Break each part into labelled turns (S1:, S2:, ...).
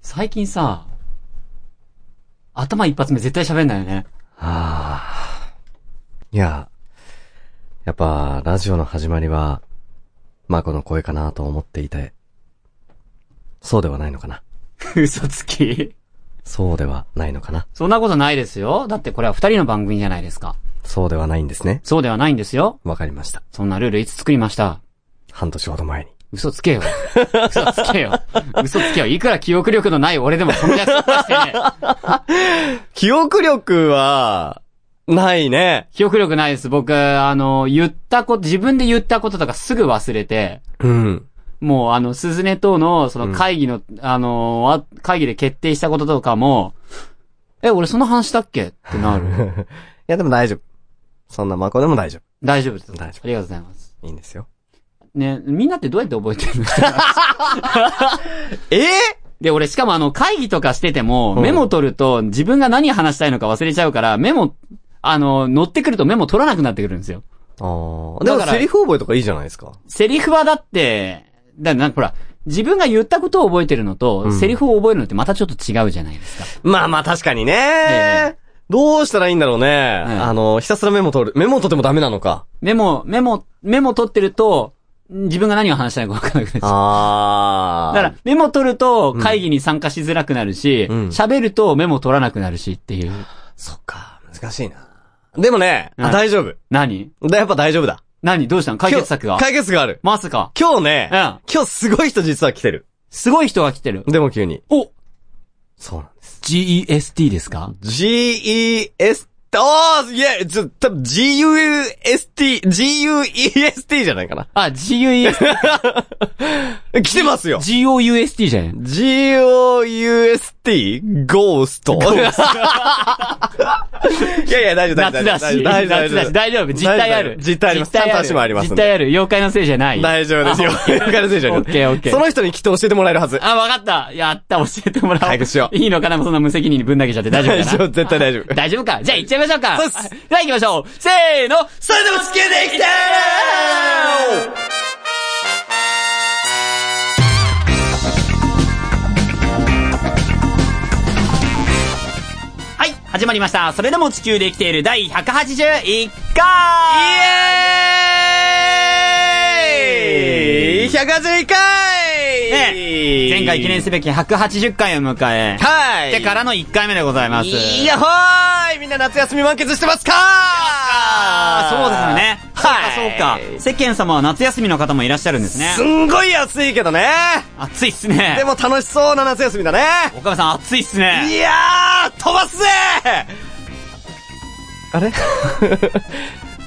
S1: 最近さ、頭一発目絶対喋んないよね。
S2: ああ。いや、やっぱ、ラジオの始まりは、マコの声かなと思っていて、そうではないのかな。
S1: 嘘つき。
S2: そうではないのかな。
S1: そんなことないですよ。だってこれは二人の番組じゃないですか。
S2: そうではないんですね。
S1: そうではないんですよ。
S2: わかりました。
S1: そんなルールいつ作りました
S2: 半年ほど前に。
S1: 嘘つけよ。嘘つけよ。嘘つけよ。いくら記憶力のない俺でもそんな約束はしてねえ。
S2: 記憶力は、ないね。
S1: 記憶力ないです。僕、あの、言ったこと、自分で言ったこととかすぐ忘れて、
S2: うん。
S1: もうあの、鈴音との、その会議の、あの、わ会議で決定したこととかも、え、俺その話したっけってなる。
S2: いや、でも大丈夫。そんなマコでも大丈
S1: 大丈夫です。
S2: 大丈夫
S1: ありがとうございます。
S2: 夫。いいんですよ。
S1: ね、みんなってどうやって覚えてるの
S2: ええ
S1: で、俺しかもあの、会議とかしてても、
S2: うん
S1: メモ取ると自分が何話したいのか忘れちゃうから、メモ、あの、乗ってくるとメモ取らなくなってくるんですよ。
S2: ああ。でも
S1: だから
S2: セリフ覚えとかいいじゃないですか。
S1: セリフはだって、だなんかほら、自分が言ったことを覚えてるのと、
S2: ん
S1: セリフを覚えるのってまたちょっと違うじゃないですか。
S2: まあまあ確かにね、
S1: え
S2: どうしたらいいんだろうね、あの、ひたすらメモ取る。メモ取ってもダメなのか。
S1: メモ、メモ、メモ取ってると、自分が何を話したいのか分からなくなっちゃう。
S2: あ
S1: だ
S2: あ。
S1: から、メモ取ると会議に参加しづらくなるし、
S2: うん
S1: 喋、るとメモ取らなくなるしっていう。
S2: そっか、難しいな。でもね、
S1: う
S2: あ
S1: ん
S2: 大丈夫。
S1: 何
S2: だやっぱ大丈夫だ。
S1: 何どうしたの解決策が
S2: 今日。解決がある。
S1: まさか。
S2: 今日ね、
S1: うん
S2: 今日すごい人実は来てる。
S1: すごい人が来てる。
S2: でも急に。
S1: お
S2: そうなんです。
S1: !GEST ですか
S2: GES、ああ、いや、ちょ、多分 GUST、GUEST じゃないかな。
S1: あ、GUEST、
S2: 来てますよ
S1: GOUST じゃん。
S2: G-O-U-S-T? ゴースト。 いやいや、大丈夫、大丈
S1: 夏
S2: 夫。
S1: だし、
S2: 大丈夫、
S1: 夏だし、大丈夫、実態ある。
S2: 実態あります。ちゃんと足もありますん
S1: 実
S2: で。
S1: 態ある、妖怪のせいじゃない。
S2: 大丈夫ですよ。よかるせいじゃない
S1: オッケーオッケー
S2: その人にきっと教えてもらえるはず。
S1: あ、わかった。やった、教えてもらおう。
S2: 早くしよう
S1: いいのかなもうそんな無責任にぶん投げちゃって大丈夫か
S2: 大
S1: な
S2: 丈夫、絶対大丈夫。
S1: 大丈夫かじゃあ行っちゃいましょうか
S2: そうっす
S1: じゃあ行きましょうせーの
S2: それでも地球で生きて
S1: はい始まりましたそれでも地球で生きている第181
S2: イ
S1: 回
S2: エーイ !181 回
S1: ね前回記念すべき180回を迎え、
S2: はい
S1: てからの1回目でございます。
S2: いやほーいみんな夏休み満喫してますか
S1: あーそうですよね。
S2: はい。
S1: そうか、そうか。世間様は夏休みの方もいらっしゃるんですね
S2: す。んごい暑いけどね。
S1: 暑いっすね。
S2: でも楽しそうな夏休みだね。
S1: 岡部さん暑いっす
S2: い
S1: ね。
S2: やー、飛ばすぜあれ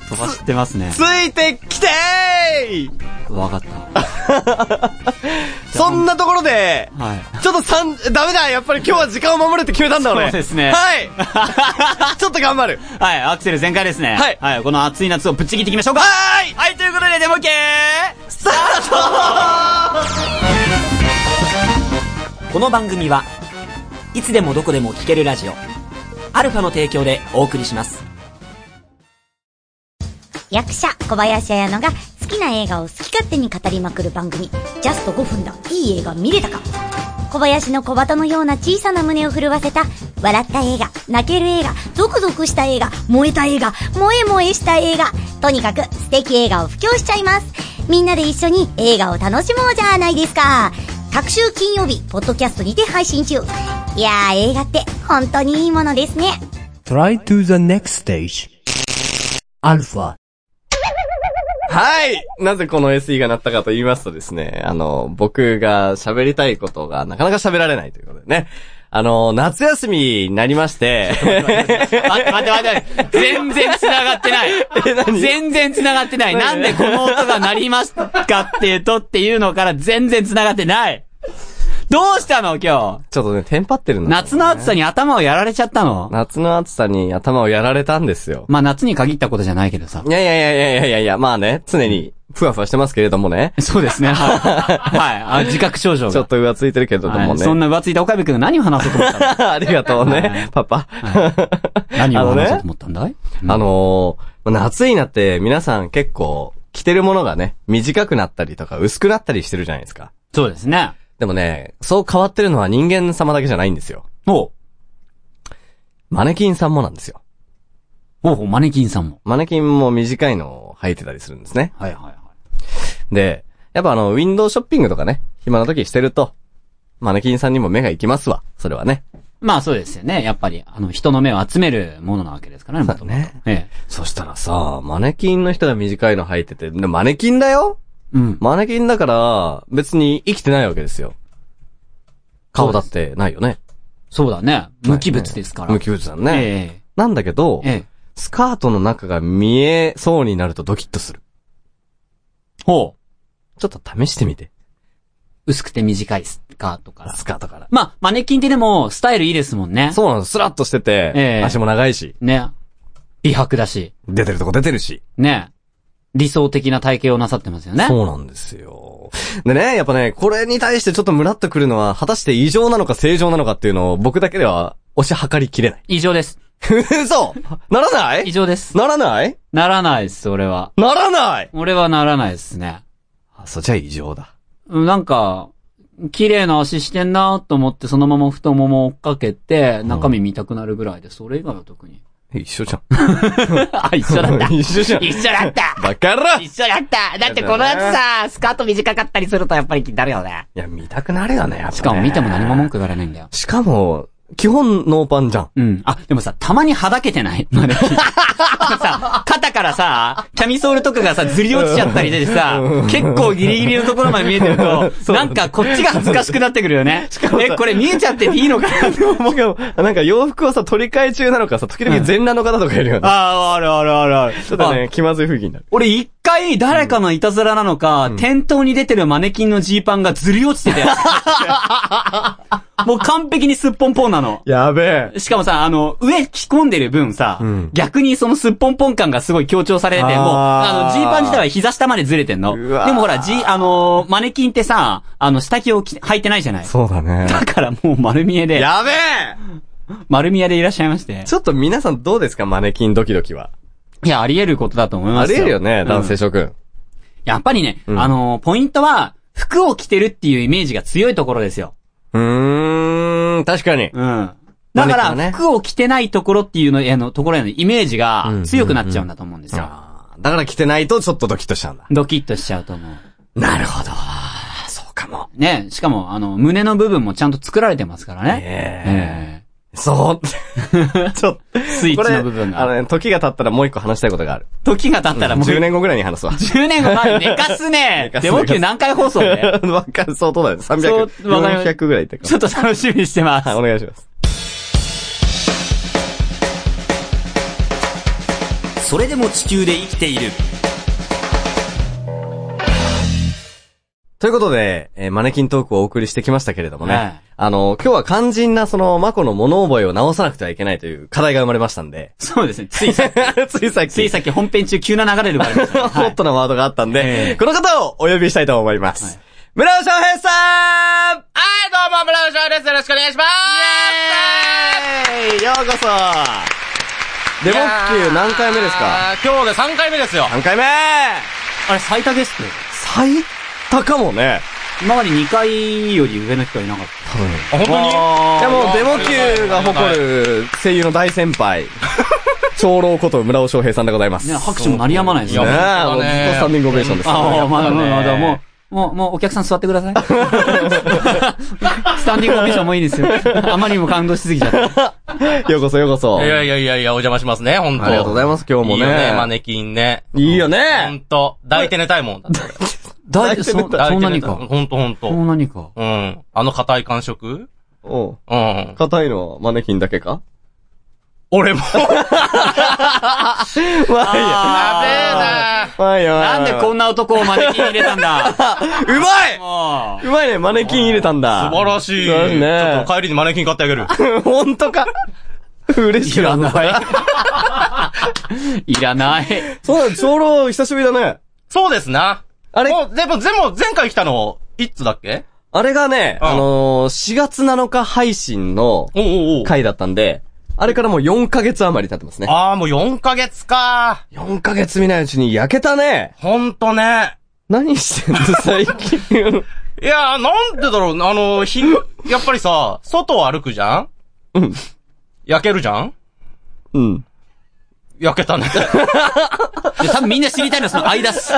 S1: 飛ばしてますね
S2: つ。いてきて
S1: わかった。
S2: そんなところで、
S1: はい。
S2: ちょっとさん、ダメだやっぱり今日は時間を守るって決めたんだ俺。
S1: そうですね
S2: はいちょっと頑張る
S1: はい、アクセル全開ですね。
S2: はい
S1: はい、この暑い夏をぶっちぎっていきましょうか
S2: はーい
S1: はい、ということで、デモ系
S2: スタート
S3: この番組はいつでもどこでも聞けるラジオアルファの提供でお送りします
S4: 役者小林彩乃が好きな映画を好き勝手に語りまくる番組「ジャスト5分だいい映画見れたか」小林の小鳩のような小さな胸を震わせた笑った映画泣ける映画ゾクゾクした映画燃えた映画萌え萌えした映画とにかく素敵映画を布教しちゃいますみんなで一緒に映画を楽しもうじゃないですか各週金曜日ポッドキャストにて配信中いやー映画って本当にいいものですね
S5: Try to the next stage. Alpha.
S2: はいなぜこの SE が鳴ったかと言いますとですね、あの、僕が喋りたいことがなかなか喋られないということでね。あの、夏休みになり まして、
S1: 待って待って待って。全然繋がってない。全然繋がってない。なんでこの音が鳴りますかっていうとっていうのから全然繋がってない。どうしたの今日。
S2: ちょっとね、テンパってるの。
S1: 夏の暑さに頭をやられちゃったの
S2: 夏の暑さに頭をやられたんですよ。
S1: まあ夏に限ったことじゃないけどさ。
S2: いやいやいやいやいやいや、まあね、常に、ふわふわしてますけれどもね。
S1: そうですね。はい。はいあ。自覚症状が。
S2: ちょっと上ついてるけれどもね。
S1: はいそんな浮ついた岡部君が何を話そうと思ったの
S2: ありがとうね、パパ。
S1: 何を
S2: あの
S1: 話そうと
S2: ね、
S1: 思ったんだい
S2: あのー、夏になって皆さん結構着てるものがね、短くなったりとか薄くなったりしてるじゃないですか。
S1: そうですね。
S2: でもね、そう変わってるのは人間様だけじゃないんですよ。
S1: おう
S2: マネキンさんもなんですよ。
S1: おうマネキンさんも。
S2: マネキンも短いのを履いてたりするんですね。
S1: はいはいはい。
S2: で、やっぱあの、ウィンドウショッピングとかね、暇な時してると、マネキンさんにも目が行きますわ。それはね。
S1: まあそうですよね。やっぱり、あの、人の目を集めるものなわけですからね、
S2: そうだね
S1: 元々。ええ。
S2: そしたらさ、マネキンの人が短いの履いてて、でマネキンだよ
S1: うん。
S2: マネキンだから、別に生きてないわけですよ。顔だってないよね。
S1: そうだね。無機物ですから。
S2: 無機物だ
S1: え
S2: ね。
S1: え
S2: なんだけど、
S1: ええ。
S2: スカートの中が見えそうになるとドキッとする。
S1: ほう。
S2: ちょっと試してみて。
S1: 薄くて短いスカートから。
S2: スカートから。
S1: まあ、マネキンってでも、スタイルいいですもんね。
S2: そうなの、スラッとしてて、
S1: ええ
S2: 足も長いし、
S1: う。ね。美白だし。
S2: 出てるとこ出てるし。
S1: ね。理想的な体型をなさってますよね。
S2: そうなんですよ。でね、やっぱね、これに対してちょっとムラっとくるのは、果たして異常なのか正常なのかっていうのを僕だけでは押し量りきれない。
S1: 異常です。
S2: 嘘ならな
S1: 異
S2: い
S1: 常です。
S2: ならない
S1: ならないです、俺は。
S2: ならない
S1: 俺はならないですね。
S2: あ、そっちは異常だ。
S1: うんなんか、綺麗な足してんなと思って、そのまま太ももを追っかけて、中身見たくなるぐらいです。それ以外は特に。
S2: 一緒じゃん。
S1: あ、一緒だ った。
S2: 一緒じゃん。
S1: 一緒だった
S2: だからい
S1: 一緒だっただってこのやつさ、スカート短かったりするとやっぱり気になるよね。
S2: や、見たくなるよね、やっぱね
S1: しかも見ても何も文句言われないんだよ。
S2: しかも、基本ノーパンじゃ ん。
S1: うん。あ、でもさ、たまにはだけてない。まだ さ、肩からさ、キャミソールとかがさ、ずり落ちちゃったりでさ、結構ギリギリのところまで見えてる と、なんかこっちが恥ずかしくなってくるよね。え、これ見えちゃってていいのかな
S2: もう、なんか洋服をさ、取り替え中なのかさ、時々全裸の方とかいるよね。
S1: ああ、あるあるあるある。
S2: ちょっとね、気まずい雰囲気になる。
S1: 俺一回誰かのいたずらなのか、店頭に出てるマネキンのジーパンがずり落ち てて。もう完璧にすっぽんぽんなの。
S2: やべえ。
S1: しかもさ、あの、上着込んでる分さ、
S2: ん
S1: 逆にそのすっぽんぽん感がすごい強調されて、もう、
S2: あ
S1: あの、
S2: ー
S1: ジーパン自体は膝下までずれてんの。
S2: うわー
S1: でもほら、ジー、あのーマネキンってさ、あの、下着を着履いてないじゃない。
S2: そうだね。
S1: だからもう丸見えで、
S2: やべえ
S1: 丸見えでいらっしゃいまして。
S2: ちょっと皆さんどうですかマネキンドキドキは。
S1: いや、あり得ることだと思いま
S2: あ
S1: す
S2: り
S1: よ。
S2: えるよね、男
S1: う
S2: 性
S1: ん
S2: 諸君。
S1: やっぱりね、
S2: うん
S1: あのーポイントは、服を着てるっていうイメージが強いところですよ。
S2: うーん、確かに。
S1: うん。だか
S2: マネキンはね
S1: ら、服を着てないところっていうの、あの、ところへのイメージが強くなっちゃうんだと思うんですよ。
S2: あーだから着てないとちょっとドキッとしちゃうんだ。
S1: ドキッとしちゃうと思う。
S2: なるほど。そうかも。
S1: ね、しかも、あの、胸の部分もちゃんと作られてますからね。
S2: ええ。
S1: え
S2: そう。ちょっと。
S1: えスイッチの部分
S2: これ
S1: が。
S2: あのね、時が経ったらもう一個話したいことがある。
S1: 時が経ったらもう、
S2: 10年後ぐらいに話すわ。
S1: 10年後前に寝かすね
S2: 寝。かす
S1: デモ級何回放送 で
S2: わかる、相当だよ。
S1: そう
S2: 300、
S1: わかりま
S2: 400ぐらいいったか
S1: ちょっと楽しみにしてます
S2: はい、。お願いします。
S3: それでも地球で生きている。
S2: ということで、えーマネキントークをお送りしてきましたけれどもね。
S1: はい。
S2: あの、今日は肝心なその、マコの物覚えを直さなくてはいけないという課題が生まれましたんで
S1: そうですね。ついさっき、
S2: ついさっき。
S1: ついさっき本編中急な流れるから、
S2: ホットなワードがあったん
S1: え
S2: で、
S1: え
S2: この方をお呼びしたいと思います。
S1: はい
S2: 村尾翔平さん
S6: はい、どうも、村尾翔です。よろしくお願いします
S2: イエーイようこそデモッキュ何回目ですか
S6: あー今日で3回目ですよ。
S2: 何回目
S1: あれ最多ゲスト
S2: 最多かもね。
S1: 今まで2回より上の人はいなかっ
S6: あ本当に
S2: い
S6: い
S2: やもうデモ級が誇。る声優の大先 輩、長老こと村尾翔平さんでございま
S1: た。
S2: す。
S1: ね、拍手も鳴りやまないです
S6: い
S1: ね。
S6: や
S2: ねえもうずっとスタンディングオベーションですよ。
S1: ああ、まだまだまだ、
S6: ね
S1: もう、もう、もうお客さん座ってください。スタンディングオベーションもいいですよ。あまりにも感動しすぎちゃった。
S2: ようこそようこそ。
S6: いやいやいやいや、お邪魔しますね、本当
S2: ありがとうございます今日もね
S6: いいよね、マネキンね。
S2: いいよ
S6: ほん
S2: ね
S6: と、抱いて寝たいもん。だって
S1: だ
S2: 大
S1: いそ
S2: 丈夫
S1: そ
S2: だ
S1: んなに
S6: 抱い
S1: か。
S6: て寝たいほんと
S1: そ
S6: ほん
S1: んなにか。
S6: と。うん。あの硬い感触
S2: おう
S6: うん。
S2: 硬いのはマネキンだけか
S6: 俺 も。
S2: まあいいや。
S6: やべえな
S2: まあいいや。
S1: なんでこん
S2: な。
S1: な男をマネキンに入れたんだ
S2: うま
S1: も
S2: いうまいね、マネキン入れたんだ。
S6: 素晴らしい。
S2: そうです
S6: ちょ
S2: ね
S6: っと。帰りにマネキン買ってあげる。
S2: 本当か。嬉しい。
S1: いらない。いらない。
S2: そうだ、長老久しぶりだね。
S6: そうですな。
S2: あれ
S6: もう、でも、でも、前回来たの、いつだっけ
S2: あれがね、
S6: うん
S2: あのー、4月7日配信の
S6: おうおうおう
S2: 回だったんで、あれからもう4ヶ月余り経ってますね。
S6: ああ、もう4ヶ月か。
S2: 4ヶ月見ないうちに焼けたね。
S6: ほんとね。
S2: 何してんの最近。
S6: いや、なんでだろう、あの、ひ、やっぱりさ、外を歩くじゃん
S2: うん。
S6: 焼けるじゃん
S2: うん。
S6: 焼けたね。
S1: で、多分みんな知りたいのはその間っす。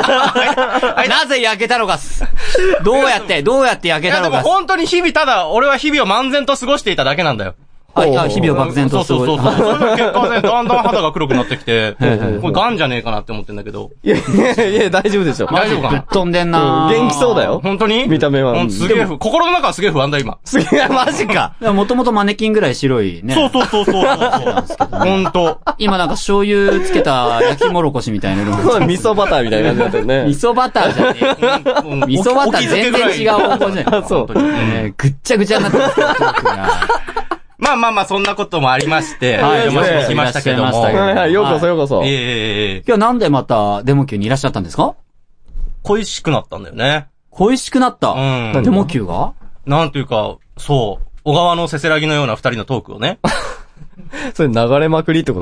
S1: なぜ焼けたのかっす。どうやって、どうやって焼け
S6: い
S1: た
S6: や、で
S1: の
S6: も
S1: かっす。
S6: 本当に日々、ただ、俺は日々を漫然と過ごしていただけなんだよ。
S1: はい、あ日々を漠然と
S6: そうそうそうそう。
S1: 過
S6: そ
S1: ご
S6: れの結果ね、だんだん肌が黒くなって きて、こ
S1: はい
S6: れ
S1: はいはい
S6: ガンじゃねえかなって思ってんだけど。
S2: いやいやいや、大丈夫でしょ。
S6: 大丈夫か
S1: ぶっ
S6: な
S1: 飛んでんな
S2: 元気そうだよ
S6: 本当に
S2: 見た目は
S6: うんすげえ不、心の中はすげえ不安だ、今。
S2: すげえ、マジか。
S1: だ。もともとマネキンぐらい白いね。
S6: そうそうそうそうそう。本当。
S1: 今なんか醤油つけた焼きもろこしみたいな色
S2: まあ味噌バターみたいな感じだったよ
S1: 味
S2: ね。
S1: 噌バターじゃねえよ。
S6: うん
S1: 味噌バター全然違う。
S6: うんおお気づけぐらい
S1: 方向じゃ ない。
S2: あそう
S1: 本当にねぐっちゃぐちゃになってますよトークが
S6: まあまあまあ、そんなこともありまして、
S1: はい
S6: 読ませてきましたけど
S1: いらっし
S6: も
S1: ゃ。いま
S2: はいはい、ようこそようこそ
S6: ええ。ええええ
S1: 今日なんでまたデモ級にいらっしゃったんですか
S6: 恋しくなったんだよね。
S1: 恋しくなっ
S6: う
S1: た。
S6: ん。
S1: デモ級が
S6: なんというか、そう。小川のせせらぎのような二人のトークをね。
S2: それ流れまくりってこ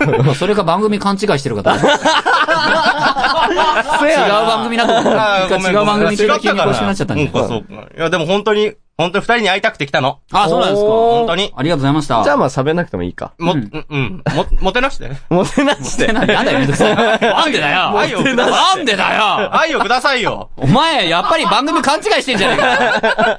S2: とだね。
S1: それか番組勘違いしてる 方。違う番組なと思
S6: あー
S1: った。
S6: ごめ
S1: 違
S6: ん
S1: う番組急に急に恋しくなっちゃったんじ
S6: う
S1: ゃ
S6: ん、
S1: ない
S6: そうか。いや、でも本当に、本当に二人に会いたくて来たの。
S1: あ、そうなんですか。
S2: おー
S6: 本当に。
S1: ありがとうございました。
S2: じゃあまあ喋んなくてもいいか。
S6: も、
S1: う
S6: うんん、うん。も、もてなして。
S2: もてなし
S1: ってて。なんでやだよ、めんどく さい。なんでだよ。
S6: 愛を
S1: なんでだよ。
S6: 愛をくださいよ。
S1: お前、やっぱり番組勘違いしてんじゃねえか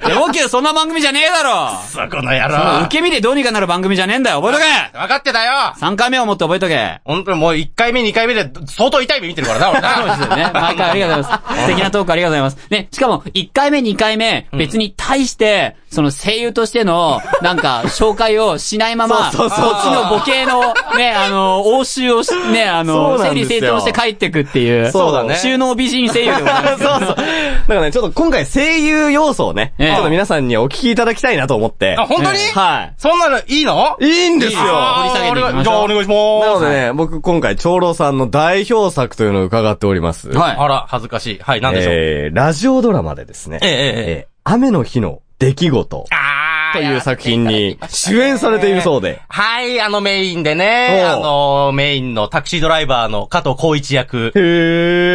S1: よ。 デモ級そんな番組じゃねえだろ。
S6: そこの野
S1: その
S6: 郎。
S1: 受け身でどうにかなる番組じゃねえんだよ。覚えとけ
S6: 分かってたよ
S1: !3 回目をもって覚えとけ。
S6: 本当にもう1回目2回目で相当痛い目見てるからな、俺
S1: そうですよ
S6: な。
S1: ね。毎回ありがとうございます。素敵なトークありがとうございます。ね、しかも、1回目、2回目、別に対して、その声優としての、なんか、紹介をしないまま、
S2: そうそうそう
S1: こっちのボケの、ね、あの、応酬をし、ね、あ
S2: そ
S1: の、
S2: うな
S1: 整
S2: んで
S1: 理
S2: すよ
S1: 整頓して帰ってくっていう。
S2: そうだね
S1: 収納美人声優でございま
S2: そう
S1: す け
S2: そ
S1: ど
S2: う。だからね、ちょっと今回声優要素をね、
S1: ええ
S2: ちょっと皆さんにお聞きいただきたいなと思って。
S6: あ、本当に
S2: は
S6: そんなのいいの
S2: い。いいんですよ
S1: あー掘り下げていきましょう
S6: じゃあお願いし
S2: なの
S6: ま
S2: でね、僕今回、長老さんの代表作というのを伺っております。い。
S1: は
S6: す。あら、恥ずかしい。はい、なんでしょう。
S2: えー、ラジオドラマでですね、
S6: ええええ
S2: えー雨の日の出来事
S6: あー
S2: という作品に主演されているそうで、
S6: はい、あのメインでね、あ
S2: おう
S6: のメインのタクシードライバーの加藤浩一役、
S2: へ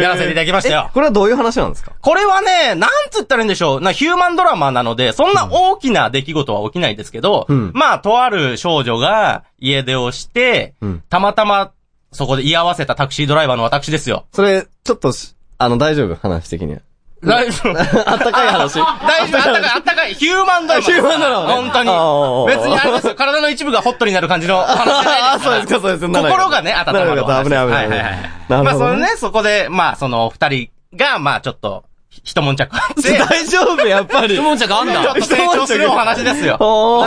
S2: ー
S6: やらせていただきましたよ
S2: えこれはどういう話なんですか
S6: これはね、なんつったらいいんでしょう。な、ヒューマンドラマなので、そんな大きな出来事は起きないんですけど、
S2: ん
S6: まあ、とある少女が家出をして、
S2: うん
S6: たまたま、そこで居合わせたタクシードライバーの私ですよ。
S2: それ、ちょっとし、あの、大丈夫話的には。
S6: 大丈夫。
S2: あったかい話
S6: 大丈夫。あったかい、あったかい。ヒューマンドラマ。
S2: ヒューマンドラマね
S6: 本当
S2: ああ
S6: に。別にあれですよ、体の一部がホットになる感じの話じゃない
S2: あー
S6: ですか
S2: そう
S6: ら
S2: ですか、そうですなるほど
S6: 心がね、温ま
S2: な
S6: る
S2: る
S6: お
S2: ほど、
S6: 話。
S2: 危ない危ない。
S6: は
S2: 危
S6: いは
S2: ないい
S6: はい。
S2: な
S6: ま
S2: る
S6: あ、
S2: ほ
S6: そ
S2: ど
S6: の
S2: ね。
S6: ね、そこで、まあ、その、二人が、まあ、ちょっと、ひ一悶着あって、ちょ っ
S2: 大丈夫、やっぱり。
S1: 質問者があんだ
S6: と。成長するお話ですよ。
S2: お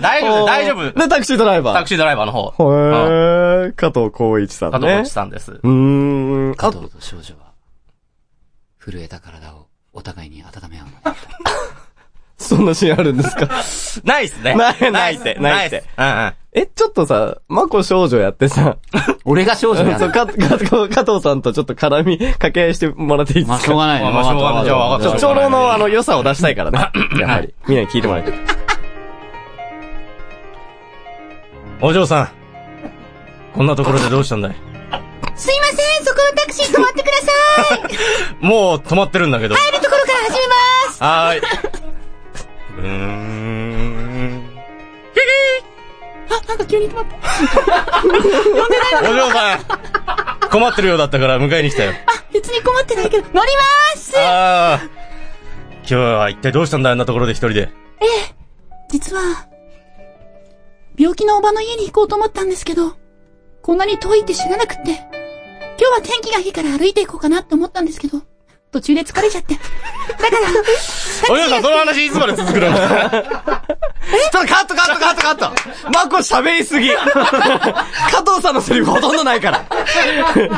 S6: 大丈夫、大丈夫、大丈夫。
S2: で、タクシードライバー。
S6: タクシードライバーの方。うん
S2: へー、加藤浩一さんね。
S6: 加藤浩一さんです。
S2: うーん。
S1: 加
S2: あ、
S1: 藤と少女は、震えた体をお互いに温め合うの。
S2: そんなシーンあるんですか
S6: ないっすね。
S2: ないないってないって
S6: っすうんうん。
S2: え、ちょっとさ、マコ少女やってさ、
S1: 俺が少女なの
S2: そう、。か、か、加藤さんとちょっと絡み、掛け合いしてもらっていいで
S1: まあ、
S2: す
S1: しょう
S2: か
S1: がないね。
S6: まあまあしょうがないじゃあ分
S2: ち
S6: か
S2: ょ、
S6: った
S2: 長老のあの、良さを出したいからね。やはり。みんなに聞いてもらいたい。
S6: お嬢さん。こんなところでどうしたんだい
S4: すいません、そこのタクシー止まってください。
S6: もう止まってるんだけど。
S4: 帰るところから始めます。
S6: はーい。うーん。あ、なんか急に止まった。呼んでないお嬢さん、困ってるようだったから迎えに来たよ。
S4: 別に困ってないけど、乗ります。
S6: ああ。今日は一体どうしたんだあんなところで一人で。
S7: 実は、病気のおばの家に行こうと思ったんですけど、こんなに遠いって知らなくって、今日は天気がいいから歩いていこうかなって思ったんですけど、途中で疲れちゃって。だから、
S6: お嬢さん、その話いつまで続くの
S2: ちょっとカットカットカットカットマコ喋りす ぎ加藤さんのセリフほとんどないからちょっ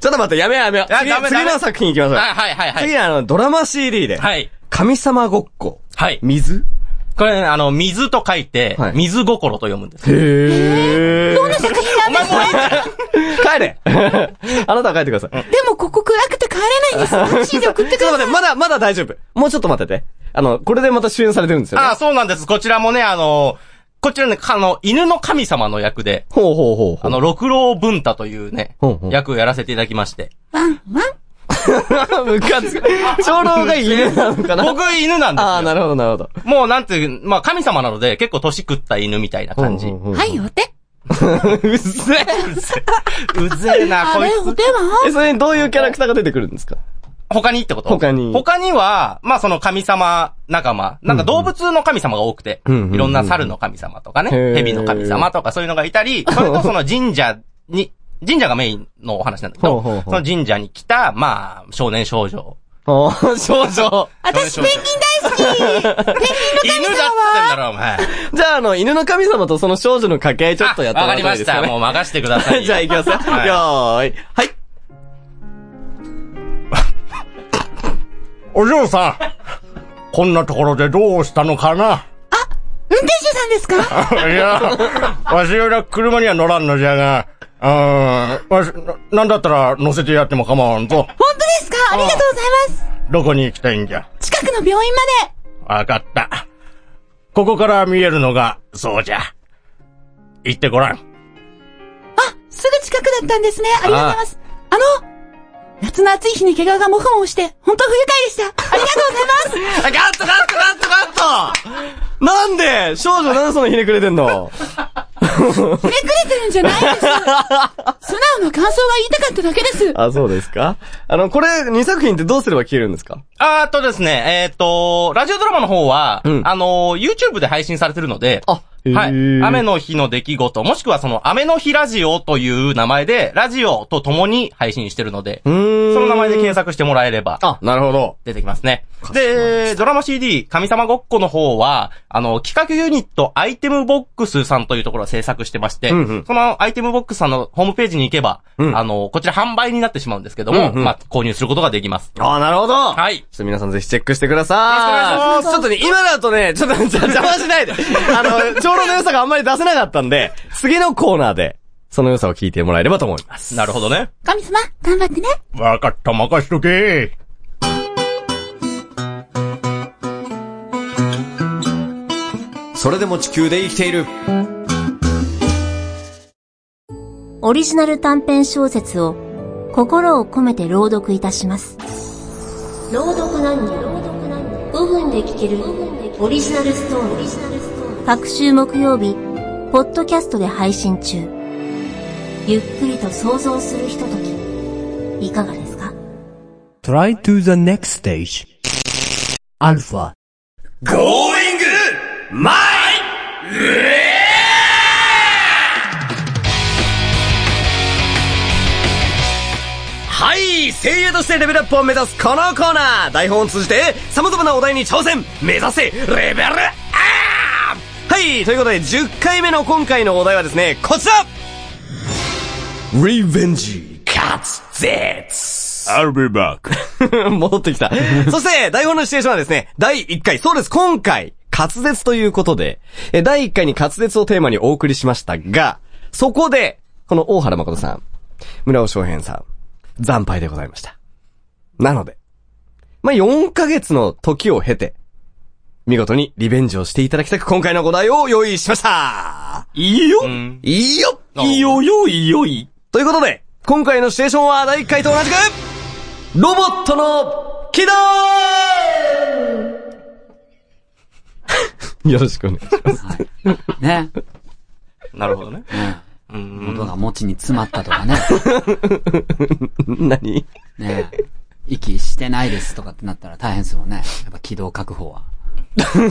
S2: と待って、やめようやめよう。
S6: あ
S2: 次
S6: ダメダメ
S2: 次の作品行きましょう。
S6: はいはいはいは
S2: 次
S6: い。
S2: はあの、ドラマ CD で、
S6: はい。
S2: 神様ごっこ、
S6: はい。
S2: 水
S6: これね、あの、水と書いて、
S2: はい
S6: 水心と読むんです。
S2: へー。
S6: お前もういいじゃん
S2: 帰 れあなたは帰ってください。
S7: でもここ暗くて帰れないんです。タクシーで送ってく
S2: ちょっ
S7: だ
S2: と待っ
S7: さい。
S2: て、まだ、まだ大丈夫。もうちょっと待ってて。あの、これでまた主演されてるんですよね。
S6: あ、そうなんです。こちらもね、あの、こちらね、あの、犬の神様の役で、
S2: ほうほうほうほう。
S6: あの、六郎文太というね
S2: ほうほ、う
S6: 役をやらせていただきまして。
S7: ワン、ワン、
S2: むかつく。長老が犬なのかな
S6: 僕犬なんですよ。
S2: ああ、なるほど、なるほど。
S6: もうなんていう、まあ神様なので結構年食った犬みたいな感じ。う
S7: はい、お手。
S2: うっせえ。
S6: ぜえな、
S7: あ
S6: こい
S7: れ、
S6: つ。
S7: お手は
S2: え、それにどういうキャラクターが出てくるんですか
S6: 他にってこと
S2: 他に
S6: 他には、まあその神様仲間、なんか動物の神様が多くて、
S2: うんうん
S6: いろんな猿の神様とかね、
S2: へー
S6: 蛇の神様とかそういうのがいた り、それとその神社に、神社がメインのお話なんだけ
S2: ほう
S6: ど、
S2: ほうほう
S6: その神社に来た、まあ、少年少女。
S2: ああ、少女。
S7: 私、ペンギン大好き
S6: 犬だっつってんだろ、お前。
S2: じゃあ、あの、犬の神様とその少女の掛け合いちょっとやって
S6: あわ
S2: も
S6: から
S2: い
S6: り
S2: た
S6: ま
S2: いですか
S6: した。
S2: ね。
S6: もう任してくださいよ。
S2: じゃあ、行きますよ。よ
S6: はい
S2: ーい。はい。
S6: お嬢さん、こんなところでどうしたのかな
S7: 運転手さんですか
S6: いや、わしよりは車には乗らんのじゃが、うーん、わし、ななんだったら乗せてやっても構わんぞ。
S7: 本当ですかありがとうございます。
S6: どこに行きたいんじゃ
S7: 近くの病院まで。
S6: わかった。ここから見えるのが、そうじゃ。行ってごらん。
S7: あ、すぐ近くだったんですね。ありがとうございます。あの、夏の暑い日に毛皮がもふもふして、本当不愉快でした。ありがとうござい ます。
S2: あ、ガットガットガットガットなんで少女なんでそのひねくれてんの
S7: ひねくれてるんじゃないです。素直な感想が言いたかっただけです。
S2: あ、そうですかあの、これ、2作品ってどうすれば消えるんですか
S6: あーとですね、えっ、と、ラジオドラマの方は、
S2: ん
S6: あのー、YouTube で配信されてるので、
S2: あへー
S6: はい。雨の日の出来事、もしくはその、雨の日ラジオという名前で、ラジオと共に配信してるので、
S2: うーん。
S6: その名前で検索してもらえれば、
S2: あ、なるほど。
S6: 出てきますね。で、ドラマ CD、神様ごっこの方は、あの、企画ユニットアイテムボックスさんというところを制作してまして、
S2: んうん
S6: そのアイテムボックスさんのホームページに行けば、
S2: うん
S6: あの、こちら販売になってしまうんですけども、
S2: うんうん
S6: まあ、購入することができます。
S2: あ、なるほど。はいちょっと皆さんぜひチェックしてください。ちょっとね、今だとね、ちょっとじゃ邪魔し ないで。あの、長老の良さがあんまり出せなかったんで、次のコーナーで、その良さを聞いてもらえればと思います。
S6: なるほどね。
S7: 神様、頑張ってね。
S6: わかった、任しとけ。
S8: それでも地球で生きている
S9: オリジナル短編小説を心を込めて朗読いたします。朗読何人5分で聞けるオリジナルストーリー。各週木曜日、ポッドキャストで配信中。ゆっくりと想像するひととき、いかがですか
S5: Try to the next stage. Alpha.
S8: Going My
S2: はい声優としてレベルアップを目指すこのコーナー台本を通じて様々なお題に挑戦目指せレベルアップはいということで10回目の今回のお題はですね、こちら
S8: Revenge
S2: 戻ってきた。そして、台本のシチュエーションはですね、第1回、そうです、今回、滑舌ということで、え、第1回に滑舌をテーマにお送りしましたが、そこで、この大原誠さん、村尾翔平さん、惨敗でございました。なので、まあ、4ヶ月の時を経て、見事にリベンジをしていただきたく今回のご題を用意しましたいいよ
S6: ん
S2: いいよ
S6: なるほどいいよ
S2: よいよいということで、今回のシチュエーションは第1回と同じく、ロボットの起動 よろしくお願いします。
S1: ね。
S6: なるほどね。
S1: うん。音が餅に詰まったとかね。
S2: 何
S1: ねえ。息してないですとかってなったら大変ですもんね。やっぱ軌道確保は。大変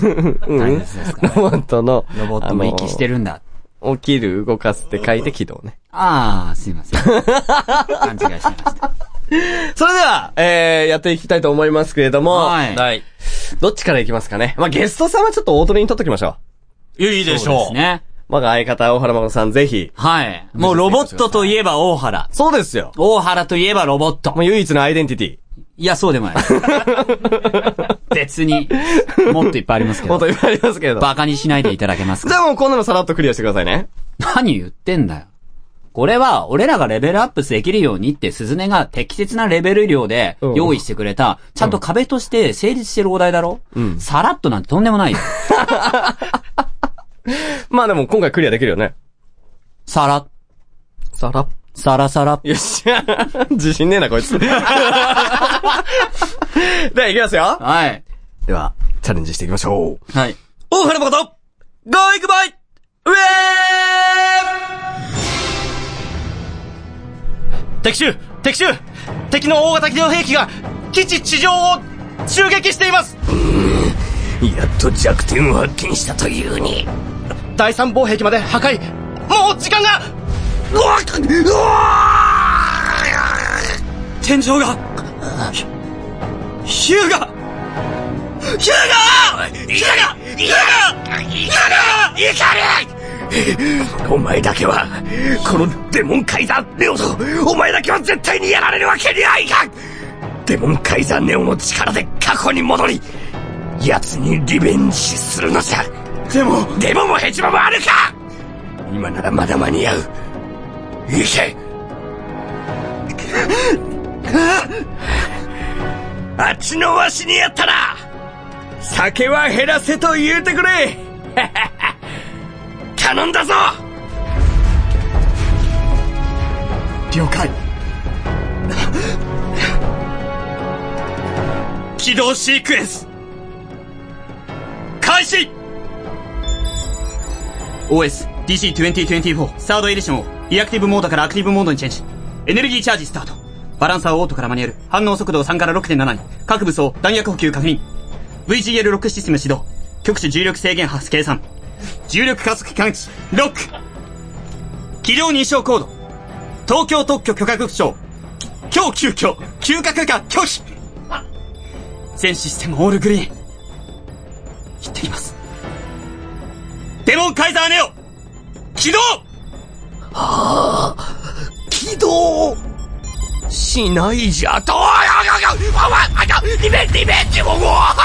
S1: ですですから、
S2: ロ
S1: ね。
S2: ボットの、
S1: ロボットも息して
S2: る。
S1: るんだ。
S2: 起きる、動かすって書いて起動ね。
S1: ああ、すいません。勘違いしてました。
S2: それでは、えー、やっていきたいと思いますけれども、
S1: はい。
S6: はい。い
S2: どっちからいきますかね。まあ、ゲストさんはちょっと大取りに取っときましょ
S6: やいいでし
S1: そうで
S6: ょ
S1: す
S6: う。
S1: ね。
S2: う。我が相方、大原誠さん、ぜひ。
S1: はい。もうロボットといえば大原。
S2: そうですよ。
S1: 大原といえばロボッ
S2: も
S1: ト。
S2: う唯一のアイデンティティ。
S1: いや、そうでも ない。別に、もっといっぱいありますけ
S2: もっ
S1: ど
S2: と。言われますけれど。
S1: バカにしないでいただけます
S2: じ
S1: か
S2: ゃあもうこんなのさらっとクリアしてくださいね。
S1: 何言ってんだよ。これは、俺らがレベルアップできるようにって、鈴音が適切なレベル量で
S2: うん
S1: 用意してくれた、ちゃんと壁として成立してるお題だろ
S2: ん
S1: さらっとなんてとんでもないよ。
S2: まあでも今回クリアできるよね。
S1: さらっ
S2: さら
S1: サラサラ。
S2: よっしゃ。自信ねえな、こいつ。 では、いきますよ。
S1: はい。
S2: では、チャレンジしていきましょう。
S1: はい。
S2: 大原誠ゴーイグバイウェー
S6: 敵襲敵襲敵の大型機動兵器が、基地地上を襲撃しています
S8: やっと弱点を発見したというに。
S6: 第三防壁まで破壊もう時間が
S8: うわっうわ
S3: 天井がヒューが
S8: ヒューガーヒューガーヒューガーヒューガー怒れお前だけは、このデモンカイザーネオと、お前だけは絶対にやられるわけにはいかんデモンカイザーネオの力で過去に戻り、奴にリベンジするのさでも、でももヘチマもあるか今ならまだ間に合う。行けあっちのわしにやったら、酒は減らせと言うてくれ 頼んだぞ
S5: 了解
S8: 起動シークエンス開始
S10: OS DC2024 サードエディションをリアクティブモードからアクティブモードにチェンジエネルギーチャージスタートバランサーオートからマニュアル反応速度を3から6.7に各武装弾薬補給確認 VGL6 システム始動局所重力制限発計算重力加速感知ロック軌道認証コード東京特許許可局長今日急遽急可許可拒否全システムオールグリーン行ってきますデモンカイザーネオ起動
S8: 起動しないじゃとリベンジリベンジもうわ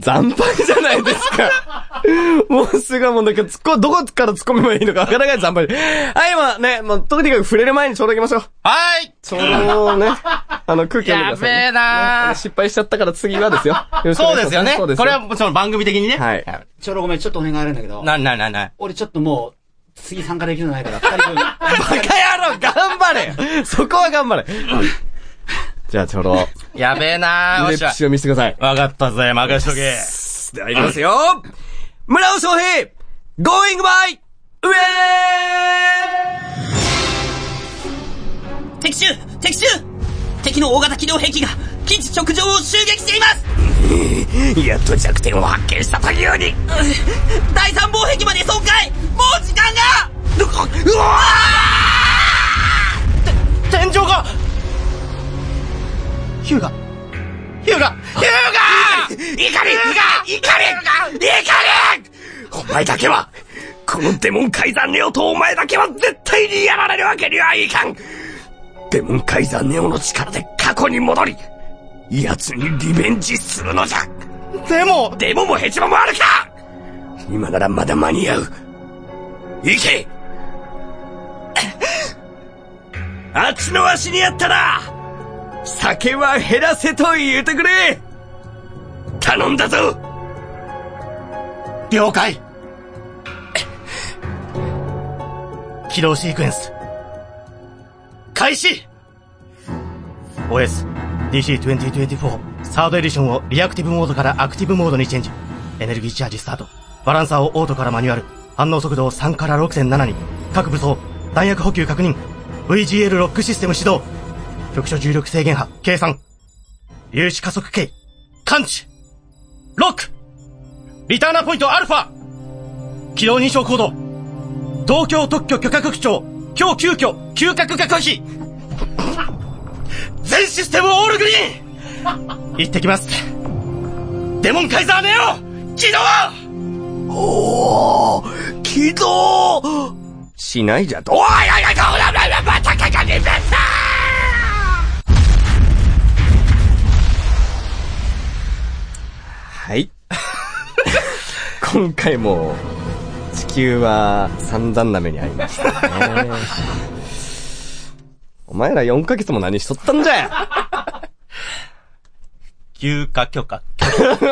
S2: 惨敗じゃないですか。 もうすぐはもうなんか、突っ込、どこから突っ込めばいいのかわからない惨敗。はい、まあね、まあ、とにかく触れる前にちょうど行きましょう。
S6: はい
S2: ちょうど ね、あの空気読んでください、ね。
S6: やべえなー
S2: あの失敗しちゃったから次はですよ。よろしくお
S6: そう
S2: 願いし
S6: で
S2: ます
S6: よね。
S2: そうです
S6: これはもちろん番組的にね。
S2: はい。
S1: ちょろごめん、ちょっとお願いあるんだけど。
S6: な、な、な、な。
S1: 俺ちょっともう、次参加できるのないから、 二人分。
S2: バカ野郎頑張れそこは頑張れじゃあちょうど、
S6: やべえなー。
S2: レ
S6: よっ
S2: プ
S6: しゃ。
S2: シを見せてください。
S6: わかったぜ、任しとけ。
S2: では、いきますよ村尾翔平 !Going by! ウェ
S3: 敵襲敵襲敵の大型機動兵器が基地直上を襲撃しています
S8: やっと弱点を発見したというに
S3: 第三防壁まで損壊もう時間が
S8: うわうわ
S6: 天井がヒューガヒューガヒュ
S8: 怒り怒り怒り怒りお前だけは、このデモンカイザーネオとお前だけは絶対にやられるわけにはいかんデモンカイザーネオの力で過去に戻り、奴にリベンジするのじゃ
S6: ーガでも
S8: デモもヘチマもあるか今ならまだ間に合う。行けあっちのわしにやったら、酒は減らせと言うてくれ頼んだぞ
S6: 了解起動シークエンス開始 !OS DC2024 サードエディションをリアクティブモードからアクティブモードにチェンジエネルギーチャージスタートバランサーをオートからマニュアル反応速度を3から6.7に各武装弾薬補給確認 VGL ロックシステム始動局所重力制限波計算粒子加速計感知ロックリターナポイントアルファ軌道認証コード東京特許許可局長今日急遽急可許可拒否全システムオールグリーン行ってきますデモンカイザーネオ起動
S8: 起動
S2: しないじゃと
S8: おいおいおいおいおいまたかかりました
S2: はい。今回も、地球は散々な目に遭いましたね。お前ら4ヶ月も何しとったんじゃ
S6: 休暇許可拒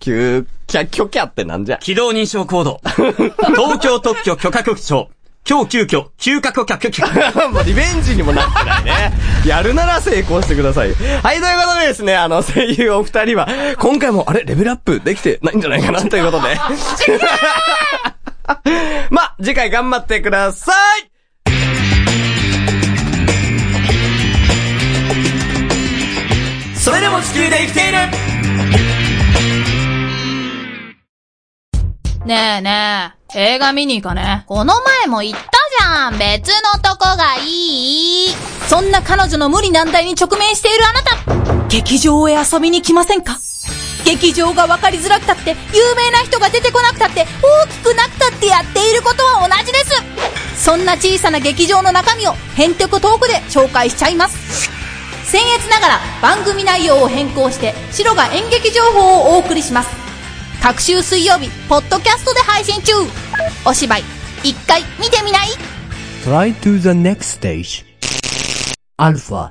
S2: キュー、キャ、キョキャってなんじゃ。
S10: 軌道認証コード。東京特許許可局長。今日急遽、休暇許可許可。
S2: もうリベンジにもなってないね。やるなら成功してください。はい、ということでですね、あの、声優お二人は、今回も、あれ、レベルアップできてないんじゃないかな、ということで。 ま、次回頑張ってください
S11: それでも地球で生きている
S12: ねえねえ、映画見に行かね。
S13: この前も言ったじゃん別のとこがいい
S12: そんな彼女の無理難題に直面しているあなた劇場へ遊びに来ませんか劇場が分かりづらくたって、有名な人が出てこなくたって、大きくなくたってやっていることは同じですそんな小さな劇場の中身を、ヘンテコトークで紹介しちゃいます僭越ながら番組内容を変更して白が演劇情報をお送りします各週水曜日ポッドキャストで配信中お芝居一回見てみない
S5: Try to the next stage アルファ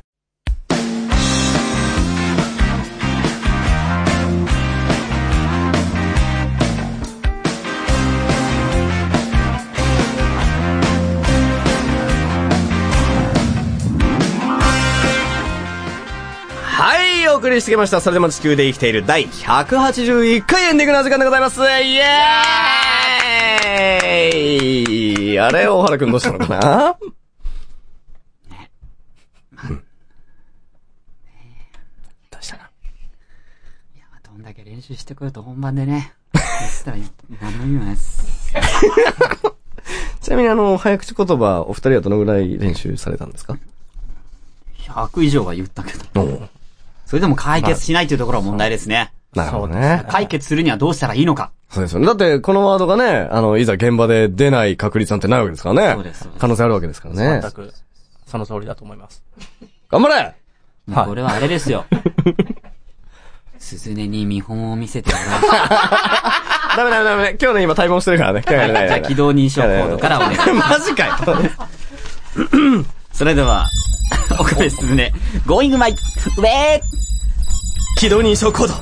S2: はい、お送りしてきました。それでも地球で生きている第181回エンディングの時間でございます。イエーイあれ、大原くんどうしたのかなどうしたの
S1: どんだけ練習してくると本番でね。そしたら、何も意味ないっす。
S2: ちなみにあの、早口言葉、お二人はどのぐらい練習されたんですか
S1: 100以上は言ったけど。それでも解決しないというところは問題ですね。
S2: なるほどね。
S1: 解決するにはどうしたらいいのか。
S2: そうですよね。だって、このワードがね、あの、いざ現場で出ない確率なんてないわけですからね。そうです。可能性あるわけですからね。
S6: 全く、その通りだと思います。
S2: 頑張れ
S1: はい。これはあれです よ。鈴音に見本を見せてもらう。
S2: ダメダメダメ。今日ね、今対応してるからね。今
S1: ね。
S2: 日。
S1: じゃ あ、軌道認証コードからお願いします
S2: マジかよ。
S1: それでは、岡部すずね、ゴーイングマイ、ウェー
S14: 軌道認証コード、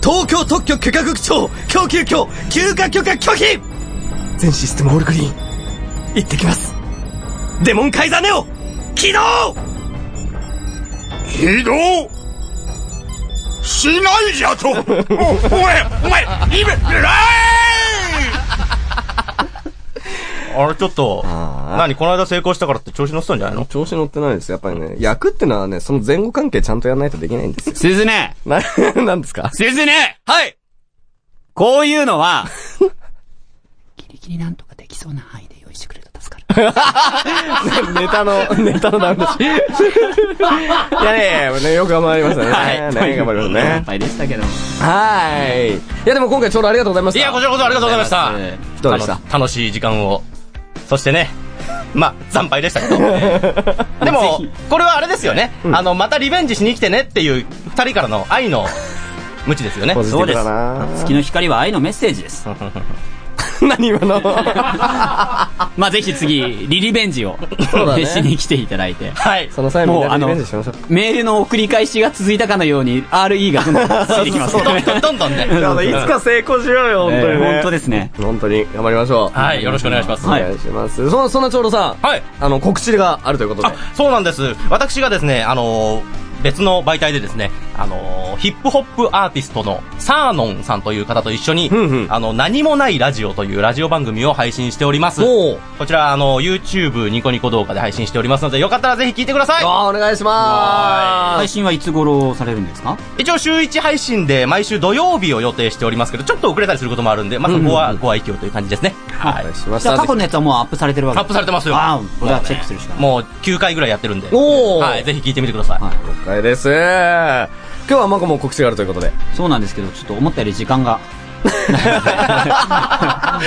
S14: 東京特許許可局長、供給許、休暇許可拒否全システムオールグリーン、行ってきます。デモンカイザーネオ、起動
S15: 起動しないじゃとお、おい、お前、今、ラ
S6: イあれちょっと、何この間成功したからって調子乗ってたんじゃないの
S2: 調子乗ってないです。やっぱりね、役ってのはね、その前後関係ちゃんとやらないとできないんですよ。
S1: 鈴ね
S2: な、なんですか
S1: 鈴ね
S2: はい
S1: こういうのは、
S7: ギリギリなんとかできそうな範囲で用意してくれると助かる。
S2: ネタの、ネタのダメだし。いやいやいや、ね、よく頑張りましたね。はい。ね、頑張りましたね。
S1: いっぱいでしたけど。
S2: はい。いや、でも今回ちょうどありがとうございました。い
S6: や、こちらこそありがとうございました。
S2: どうでした
S6: 楽しい時間を。そしてね、まあ、惨敗でした けど。でも、これはあれですよね。あの、またリベンジしに来てねっていう二人からの愛の無知ですよね。
S1: そうです。月の光は愛のメッセージです。
S2: 何今の
S1: まあぜひ次、リリベンジを、 ね、しに来ていただいて。
S6: はい。
S2: その際もう、あの、メー
S1: ルの送り返しが続いたかのように、RE がどんどんついてきます
S6: ね。 どんどんね。
S2: いつか成功しようよ、本当に、ね。
S1: 本当ですね。。
S2: 本当に、頑張りましょ
S6: う。はい、よろしくお願いします。
S2: お願いします。そ、そんな長老さ
S6: ん。はい。
S2: あの、告知があるということで。
S6: そうなんです。私がですね、あの別の媒体でですね、あのヒップホップアーティストのサーノンさんという方と一緒に、あの、何もないラジオというラジオ番組を配信しております。こちら、あの、YouTube ニコニコ動画で配信しておりますので、よかったらぜひ聞いてください。
S2: お願いします
S1: 配信はいつ頃されるんですか
S6: 一応週1配信で毎週土曜日を予定しておりますけど、ちょっと遅れたりすることもあるんで、まあ、そこはご愛嬌という感じですね。
S1: はい。じゃあ過去のやつはもうアップされてるわけ
S6: アップされてますよ。
S1: ああ、じゃあチェックするしかない。
S6: もう9回ぐらいやってるんで。
S2: お、
S6: はい、ぜひ聞いてみてください。はい
S2: 了解です。今日はマコも告知があるということで。
S1: そうなんですけど、ちょっと思ったより時間 が。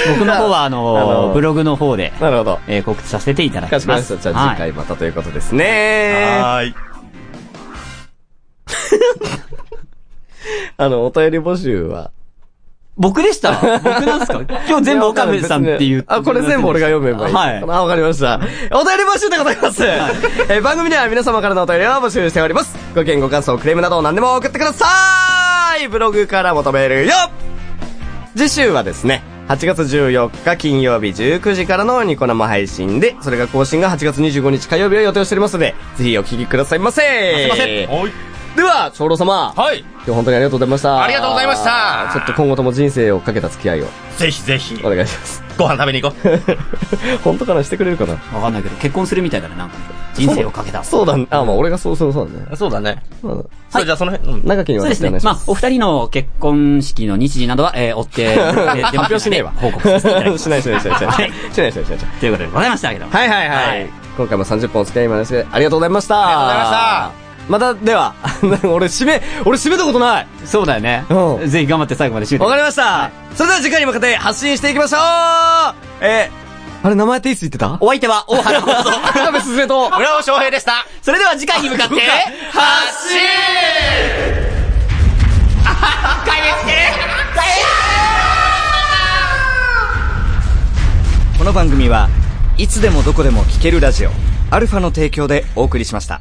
S1: 僕の方はあのブログの方で、
S2: なるほど。
S1: えー、告知させていただきます。か
S2: しこまりました。じゃあ次回またということですね。
S6: はい。
S2: あの、お便り募集は、
S1: 僕でした 僕なんですか 今日全部岡部さんっていう。
S2: あ、これ全部俺が読めばいい。はい。あ、わかりました。お便り募集でございます。はい、え番組では皆様からのお便りを募集しております。ご意見、ご感想、クレームなど何でも送ってくださいい、ブログから求めるよ次週はですね、8月14日金曜日19時からのニコ生配信で、それが更新が8月25日火曜日を予定しておりますので、ぜひお聞きくださいませ
S16: すいません。
S2: では、長老様。
S16: はい。
S2: 今日本当にありがとうございました。
S16: ありがとうございました
S2: ちょっと今後とも人生をかけた付き合いを。
S16: ぜひぜひ。
S2: お願いします。
S16: ご飯食べに行こ
S2: う。 本当かなしてくれるかな
S1: わかんないけど、結婚するみたいだね、なんか。人生をかけた。
S2: そうだね。あ、まあ俺がそうそうそうだね。
S16: そうだね。
S2: それじゃあその辺、中木に
S1: そう
S2: 渡
S1: で
S2: し
S1: す
S2: て
S1: ね
S2: お願い。し
S1: ま
S2: ま
S1: あ
S2: す。、
S1: お二人の結婚式の日時などは、えー、追って、え ー出ますので
S2: 発表しねえわ
S1: 報告させていただきます。
S2: しないしないしないしない
S1: はい。
S2: しないしないしないしない。
S1: ということでございましたけども。
S2: はいはいはい。今回も30本お付き合いまして、ありがとうございました。ありがとうございました。また、では、俺 締め、俺締めたことない
S1: そうだよね。ぜひ頑張って最後まで締めて。
S2: わかりました、それでは次回に向けて発信していきましょうえー、あれ名前っていつ言ってた
S1: お相手は大原幸三。
S2: 田部すずと
S16: 村尾翔平でした。
S1: それでは次回に向かって、
S17: 発信
S1: 壊滅系
S18: この番組はいつでもどこでも聴けるラジオアルファの提供でお送りしました。